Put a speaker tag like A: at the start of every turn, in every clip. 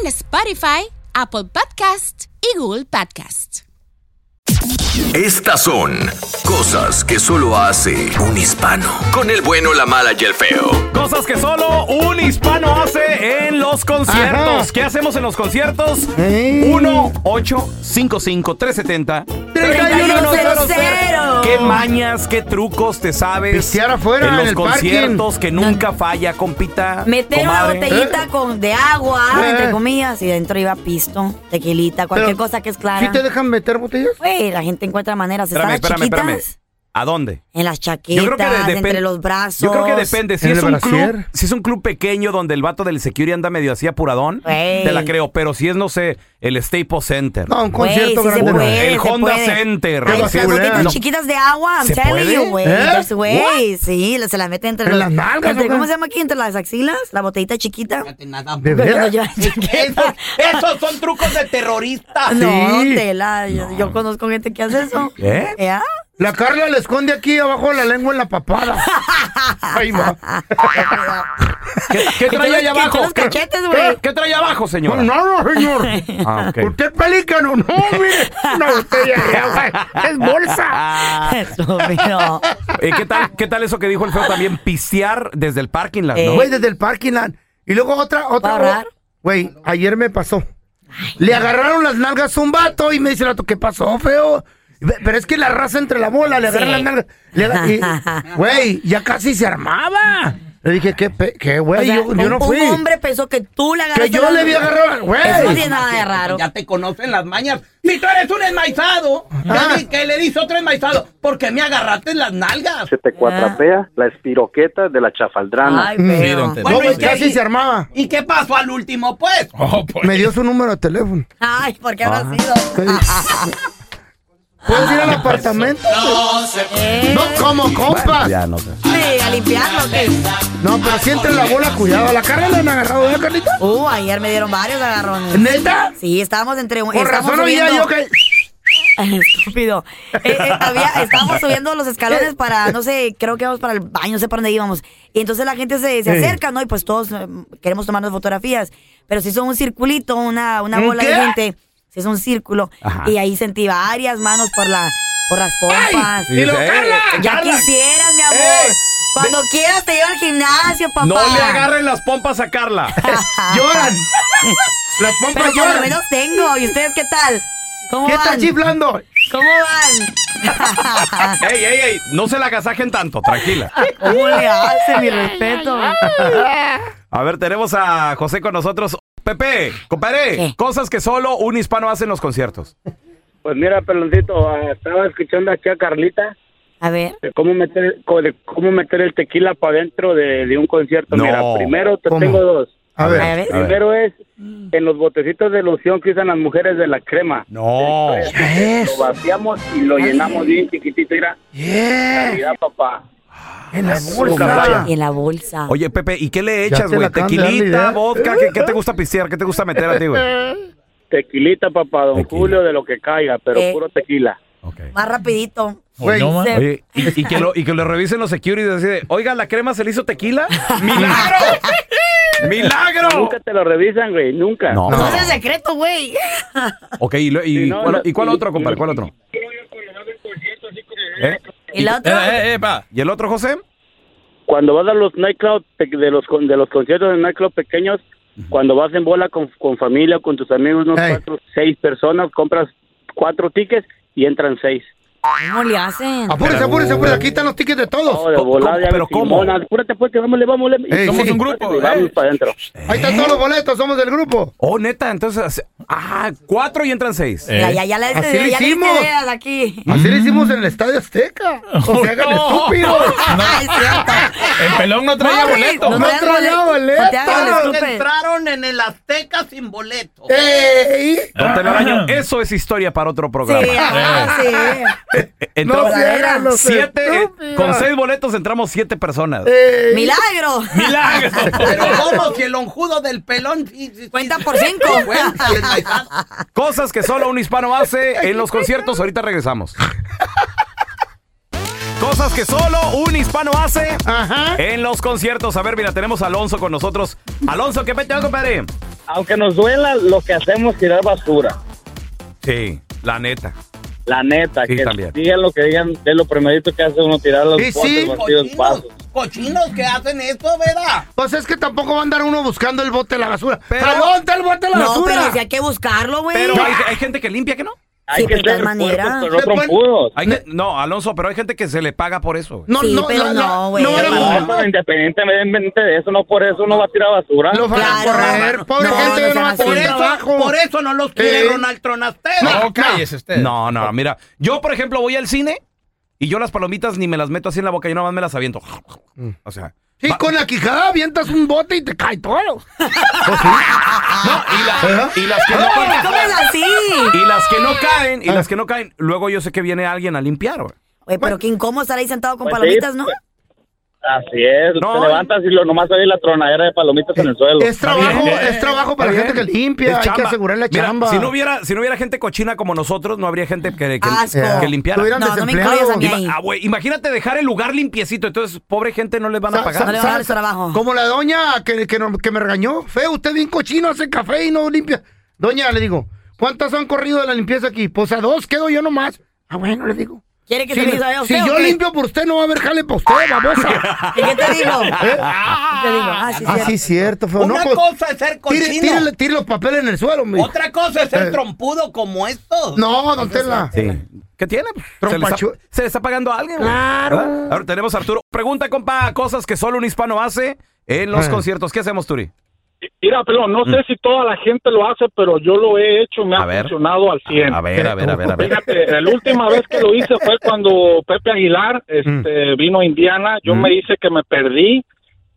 A: en Spotify, Apple Podcast y Google Podcast.
B: Estas son cosas que solo hace un hispano. Con el bueno, la mala y el feo.
C: Cosas que solo un hispano hace en los conciertos.
D: Ajá.
C: ¿Qué hacemos en los conciertos?
D: Ey.
C: 1-855-370-3100. ¿Qué mañas, qué trucos te sabes?
D: Pistear afuera,
C: en
D: en
C: los
D: el
C: conciertos que nunca falla, compita.
E: Meter
C: comadre.
E: una botellita con, de agua,
D: Eh.
E: entre comillas, y dentro iba pisto, tequilita, cualquier
D: Pero,
E: cosa que es clara.
D: ¿Sí te dejan meter botellas?
E: Güey, la gente encuentra maneras.
C: Espérame,
E: Están las
C: espérame,
E: chiquitas
C: espérame. ¿A dónde?
E: en las chaquetas,
C: de-
E: entre
C: depen-
E: los brazos.
C: Yo creo que depende. Si
D: en
C: es,
D: el
C: un club,
D: brasier.
C: si es un club pequeño donde el vato del security anda medio así apuradón,
E: Ey.
C: te la creo. Pero si es, no sé, el Staples Center.
D: No, Ah, un
E: Güey,
D: concierto
E: sí se
D: grande. no.
E: puede,
C: El
E: se
C: Honda
E: puede.
C: Center.
E: Hay
D: Pero
E: esas
D: sí,
E: gotitas
D: no.
E: chiquitas de agua, I'm
C: ¿Se
E: telling
C: puede?
E: you, güey.
D: ¿Eh?
E: There's ways, sí, se las mete entre
D: ¿En
E: los-
D: las nalgas,
E: entre-
D: o qué?
E: ¿Cómo se llama aquí? Entre las axilas, la botellita chiquita.
D: ¿De
E: Pero
D: veras?
E: yo, chiquita.
C: Esos son trucos de terrorista.
E: No,
D: Sí.
E: tela, yo, yo conozco gente que hace eso. Ah,
C: ¿Eh?
E: ¿Ya?
D: La Carla le esconde aquí abajo la lengua en la papada. Ahí va.
C: ¿Qué, qué
E: Que
C: trae
E: te
C: ahí
E: los- que
C: abajo?
E: te los
C: ¿Qué-
E: cachetes,
C: qué-
E: güey.
C: ¿Qué trae abajo,
D: No,
C: señora?
D: no, señor.
C: Ah, ok.
D: Usted es pelícano. No, mire. Una botella de agua. Es bolsa.
E: Estúpido.
C: Eh, ¿qué, tal, ¿Qué tal eso que dijo el feo también? Pistear desde el parking lot, ¿no?
D: Güey, desde el parking lot. Y luego otra,
E: Eh, ¿Va a
D: otra.
E: ahorrar?
D: Güey, ayer me pasó. Le agarraron las nalgas a un vato y me dice el vato, ¿qué pasó, feo? Ve- Pero es que la raza entre la bola, le agarran las nalgas. Le aga- y- Güey, ya casi se armaba. Le dije, ¿qué, pe- qué
E: O
D: güey?
E: sea,
D: yo, yo
E: un-
D: no fui.
E: Un hombre pensó que tú la agarraste.
D: Que yo
E: la-
D: le había agarrado, güey.
E: Eso no tiene nada de raro.
F: Ya te conocen las mañas. Si tú eres un enmaizado,
D: Ah.
F: ya di- que le dice otro enmaizado, porque me agarraste en las nalgas.
G: se te cuatrapea la espiroqueta de la chafaldrana.
E: Ay, pero.
D: No, güey,
F: Bueno, ¿y qué-
D: casi se armaba.
F: ¿Y qué pasó al último, pues?
D: Me dio su número de teléfono.
E: Ay, ¿por qué
D: Ah.
E: habrá sido?
D: ¿Puedes ir al apartamento?
E: Eh,
D: Ah, No, como compas.
C: Ya, no sé.
E: sí, a limpiarlo, ¿qué?
D: No, pero si entre la bola, cuidado. La cara la han agarrado, ¿verdad, Carlita?
E: Uh, ayer me dieron varios agarrones.
D: ¿Neta?
E: Sí, estábamos entre un.
D: Por
E: estábamos
D: razón oía
E: subiendo-
D: yo que...
E: Estúpido. Eh, eh, había- estábamos subiendo los escalones para, no sé, creo que íbamos para el baño, no sé para dónde íbamos. Y entonces la gente se, se
D: Sí.
E: acerca, ¿no? Y pues todos eh, queremos tomarnos fotografías. Pero se hizo un circulito, una, una
D: ¿Un
E: bola
D: qué?
E: de gente. Se hizo un círculo.
C: Ajá.
E: Y ahí sentí varias manos por, la, por las pompas.
C: Y lo- Carla,
E: ya
C: Carla.
E: quisieras, mi amor.
D: ¡Eh!
C: Ey.
E: Cuando quieras te llevo al gimnasio, papá.
C: No le agarren las pompas a Carla.
D: Lloran. Las
E: Pero
D: pompas
E: yo por lo
D: lloran.
E: menos tengo. ¿Y ustedes qué tal? ¿Cómo
D: ¿Qué está
E: van?
D: chiflando?
E: ¿Cómo van?
C: ey, ey, ey. No se la agasajen tanto, tranquila.
E: ¿Cómo le hace? Mi respeto.
C: A ver, tenemos a José con nosotros. Pepe, compadre,
E: ¿Qué?
C: cosas que solo un hispano hace en los conciertos.
G: Pues mira, peloncito, ah, estaba escuchando aquí a Carlita
E: A ver.
G: de cómo meter, co- de cómo meter el tequila para adentro de, de un concierto.
C: No.
G: Mira, primero te
D: ¿Cómo?
G: tengo dos.
D: A
E: A ver.
D: ver.
C: A ver.
G: Primero es en los botecitos de loción que usan las mujeres de la crema.
C: No.
G: Lo vaciamos y lo llenamos bien chiquitito, mira.
D: Yeah.
G: Mira, papá.
D: En la
C: vaya.
D: bolsa.
E: Y en la bolsa.
C: Oye, Pepe, ¿y qué le
D: Ya
C: echas,
D: te
C: güey?
D: la acaban de dar la
C: Tequilita,
D: idea.
C: vodka, ¿qué, qué te gusta pistear? ¿Qué te gusta meter a ti, güey?
G: Tequilita, papá, don
C: Tequila.
G: Julio, de lo que caiga, pero
E: Eh.
G: puro tequila.
C: Ok.
E: Más rapidito.
D: Güey,
E: Se-
C: Oye, y, y que lo, y que lo revisen los securities así de, oiga, ¿la crema se le hizo tequila? ¡Milagro! ¡Milagro!
G: Nunca te lo revisan, güey, nunca.
C: No.
E: No es secreto, güey.
C: Ok, ¿y, lo- y
G: Sí, no,
C: cuál,
G: no,
C: y cuál
G: sí,
C: otro, compadre?
G: sí.
C: ¿Cuál otro? ¿Eh?
E: Y la otra.
C: ¿Y el otro, José?
G: Cuando vas a los nightclub, pe- de los, con- de los conciertos de nightclub pequeños, Cuando vas en bola con, con familia, con tus amigos, unos
D: Ey.
G: cuatro, seis personas, compras cuatro tickets y entran seis.
E: ¿Cómo le hacen?
D: Apúrese, apúrese, apúrese. Aquí están los tickets de
G: Oh,
D: todos.
G: de volada, ya
C: pero
G: ves,
C: Pues, cómo?
G: Simona, Apúrate, pues, que vamos, le vamos, le
D: Ey, somos un
C: grupo,
G: y vamos
C: eh.
G: para adentro.
D: Ahí están todos los boletos, somos del grupo.
C: Oh, neta, entonces. Ah, cuatro y entran seis.
E: Ya, ya, ya, le-
D: Así lo
E: ya le diste
D: hicimos.
E: ideas aquí.
D: Así lo hicimos en el Estadio Azteca. No se hagan estúpidos.
E: Ay, Ah, es cierto.
H: El pelón no traía
E: Morris,
H: boleto.
D: no
E: te hagas
D: traía
E: bole-
D: boleto.
E: No te hagas el estúpido.
F: Entraron en el Azteca sin boleto.
D: Eh. Ey,
C: Don
D: Ah.
C: Telaraño, eso es historia para otro programa.
E: Sí, ah, ajá, sí.
C: Eh,
D: No
C: Entramos
D: se hagan los
C: siete, eh,
D: estúpidos.
C: con seis boletos entramos siete personas.
D: Ey.
E: Milagro.
H: Milagro.
F: Pero ¿cómo? Si el onjudo del pelón... sí, sí, sí.
E: Cuenta por cinco.
F: Cuéntale, maizado.
C: Cosas que solo un hispano hace en los conciertos. Ahorita regresamos. Cosas que solo un hispano hace
D: Ajá.
C: en los conciertos. A ver, mira, tenemos a Alonso con nosotros. Alonso, ¿qué peteo, compadre?
G: Aunque nos duela, lo que hacemos es tirar basura.
C: Sí, la neta.
G: La neta,
C: Sí,
G: que
C: también.
G: digan lo que digan, es lo primerito que hace uno tirar los
D: Sí,
G: botes,
D: sí.
G: vacíos,
F: Cochinos,
G: vasos.
F: cochinos que hacen esto, ¿verdad?
D: Pues es que tampoco va a andar uno buscando el bote de la basura.
C: Pero-
D: ¡Pero dónde el bote de la
E: No,
D: basura?
E: pero si hay que buscarlo, güey.
C: Pero hay, hay gente que limpia que no.
G: Hay
E: Sí,
G: que
E: pero de
G: ser
E: todas
G: puercos
E: maneras.
G: con otros
D: Después-
G: pudos.
C: Hay que- no, Alonso, pero hay gente que se le paga por eso. güey.
D: No,
E: Sí, pero
D: la- la-
E: no, güey.
D: No,
E: Pero
D: era-
G: Pero Independientemente de eso, no por eso uno va a tirar basura.
D: Lo van
E: Claro,
D: a correr.
E: no,
D: Pobre
E: no,
D: gente,
E: no
D: Ah, no, va a
E: sean así.
D: tener
E: Por eso-
D: trabajo.
F: Por eso no los quiere
D: Eh.
F: Ronald Tronastero.
H: No, cállese usted.
C: No, no, mira. Yo, por ejemplo, voy al cine y yo las palomitas ni me las meto así en la boca, yo nada más me las aviento. O sea.
D: Y con la quijada avientas un bote y te cae
C: ¿Oh,
D: todo.
C: No, y, la- y las que no.
E: Pero ¿Cómo es así?
C: Y las que
D: Ah.
C: no caen, y las que no caen, luego yo sé que viene alguien a limpiar, güey.
E: Güey, pero qué incómodo estar ahí sentado con
G: Pues sí,
E: palomitas, ¿no?
G: pues, Así es,
C: No. Eh,
G: te levantas y lo nomás hay la tronadera de palomitas en el suelo.
D: Es trabajo,
C: bien,
D: es trabajo para la gente que
C: Es
D: limpia. Hay que
C: chamba.
D: asegurar la
C: Mira,
D: chamba.
C: si, no hubiera, si no hubiera gente cochina como nosotros, no habría gente que, que,
E: Asco.
C: que limpiara.
D: Estuvieran
E: No, no me
D: desempleados.
E: incluyas a mí
C: Ima-
E: ahí.
C: ah, güey, imagínate dejar el lugar limpiecito, entonces pobre gente no les van a
D: Sa- sa-
C: pagar.
E: No le van a dar su trabajo.
D: Como la doña que, que no- que me regañó. Feo, usted bien cochino, hace café y no limpia. Doña, le digo, ¿cuántas han corrido de la limpieza aquí? Pues a dos, quedo yo nomás. Ah, bueno, le digo.
E: ¿Quiere que
D: Si,
E: se le vaya a
D: si
E: usted o
D: yo
E: qué?
D: limpio por usted, no va a haber jale para usted, babosa.
E: ¿Y qué te digo?
D: ¿Eh?
E: Te digo, ah, sí,
D: Ah, sí,
E: sí.
D: cierto, feo.
F: Una
D: no, pues,
F: cosa es ser cochino.
D: tire, tírele- Eh. tire los papeles en el suelo, mi.
F: Otra cosa es ser trompudo como estos.
D: No, don Tela.
C: Sí. ¿Qué tiene? Pues, Se le, está,
D: Trompachu-
C: se le está pagando a alguien. güey.
D: Claro.
C: ¿Verdad? Ahora tenemos a Arturo. Pregunta, compa, cosas que solo un hispano hace en los
D: Ah.
C: conciertos. ¿Qué hacemos, Turi?
G: Mira, pero no sé si toda la gente lo hace, pero yo lo he hecho, me
C: Mm. A
G: ha
C: ver.
G: funcionado al 100.
C: A ver, a ver, a ver, a ver.
G: Fíjate, la última vez que lo hice fue cuando Pepe Aguilar
C: Mm.
G: este, vino a Indiana. Yo me hice que me perdí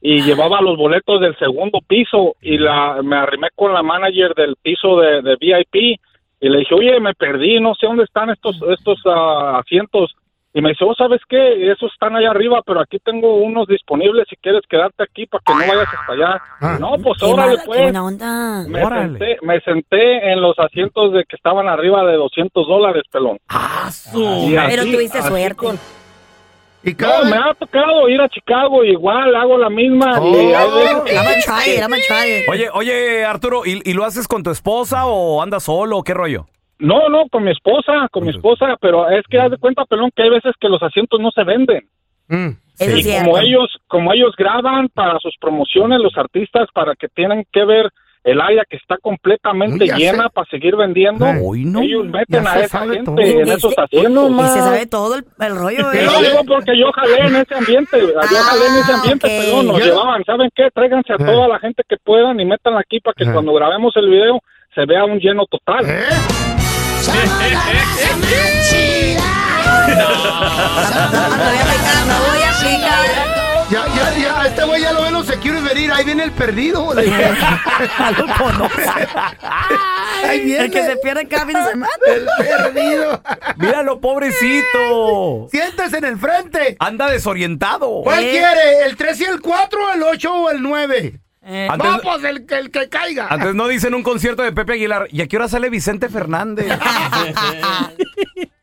G: y llevaba los boletos del segundo piso y la, me arrimé con la manager del piso de, de VIP y le dije, oye, me perdí, no sé dónde están estos, estos ah, asientos. Y me dice, oh, ¿sabes qué? Esos están allá arriba, pero aquí tengo unos disponibles si quieres quedarte aquí para que no vayas hasta allá.
C: Ah.
G: No, pues
E: Qué
G: órale,
E: mala, qué
G: pues.
E: buena onda.
G: Me
C: Órale.
G: senté, me senté en los asientos de que estaban arriba de 200 dólares, pelón. Y así-
E: Pero tuviste
G: así
E: suerte.
G: con-
D: Y cada
G: No, me
D: vez-
G: ha tocado ir a Chicago, igual hago la misma.
D: Oh.
G: y hay veces que-
E: I'm a try it, I'm a try it.
C: Oye, oye, Arturo, ¿y, y lo haces con tu esposa o andas solo? o ¿Qué rollo?
G: no, no, con mi esposa, con mi esposa, pero es que haz de cuenta, pelón, que hay veces que los asientos no se venden.
D: Mm.
E: Eso
G: y
E: es cierto.
G: como ellos como ellos graban para sus promociones los artistas para que tienen que ver el área que está completamente
D: Ya sé.
G: llena para seguir vendiendo
D: Ay,
C: hoy no.
G: ellos meten
D: Ya
G: a
D: se
G: esa
D: sabe
G: gente
D: todo.
G: en
E: Y
G: esos
E: se-
G: asientos
E: Y se sabe todo el, el rollo, güey.
G: Te lo digo porque yo jalé en ese ambiente, yo jalé en ese
E: Ah,
G: ambiente,
E: ok.
G: pero nos
D: Ya.
G: llevaban, ¿saben qué? Tráiganse a
D: Ajá.
G: toda la gente que puedan y métanla aquí para que
D: Ajá.
G: cuando grabemos el video se vea un lleno total.
D: ¿Eh?
E: Todavía aplicar, no voy a aplicar.
D: Ya, ya, ya, este güey ya lo ven los security venir, ahí viene el perdido. Le dije. ahí viene
E: El que se pierde cada fin de semana.
D: el perdido.
C: Míralo, pobrecito.
D: Siéntese en el frente.
C: Anda desorientado.
D: ¿Cuál
E: Eh.
D: quiere? ¿El 3 y el 4, el 8 o el 9?
E: Eh,
C: Antes-
D: No, pues el, que- el que caiga.
C: Antes no dicen un concierto de Pepe Aguilar. ¿Y a qué hora sale Vicente Fernández?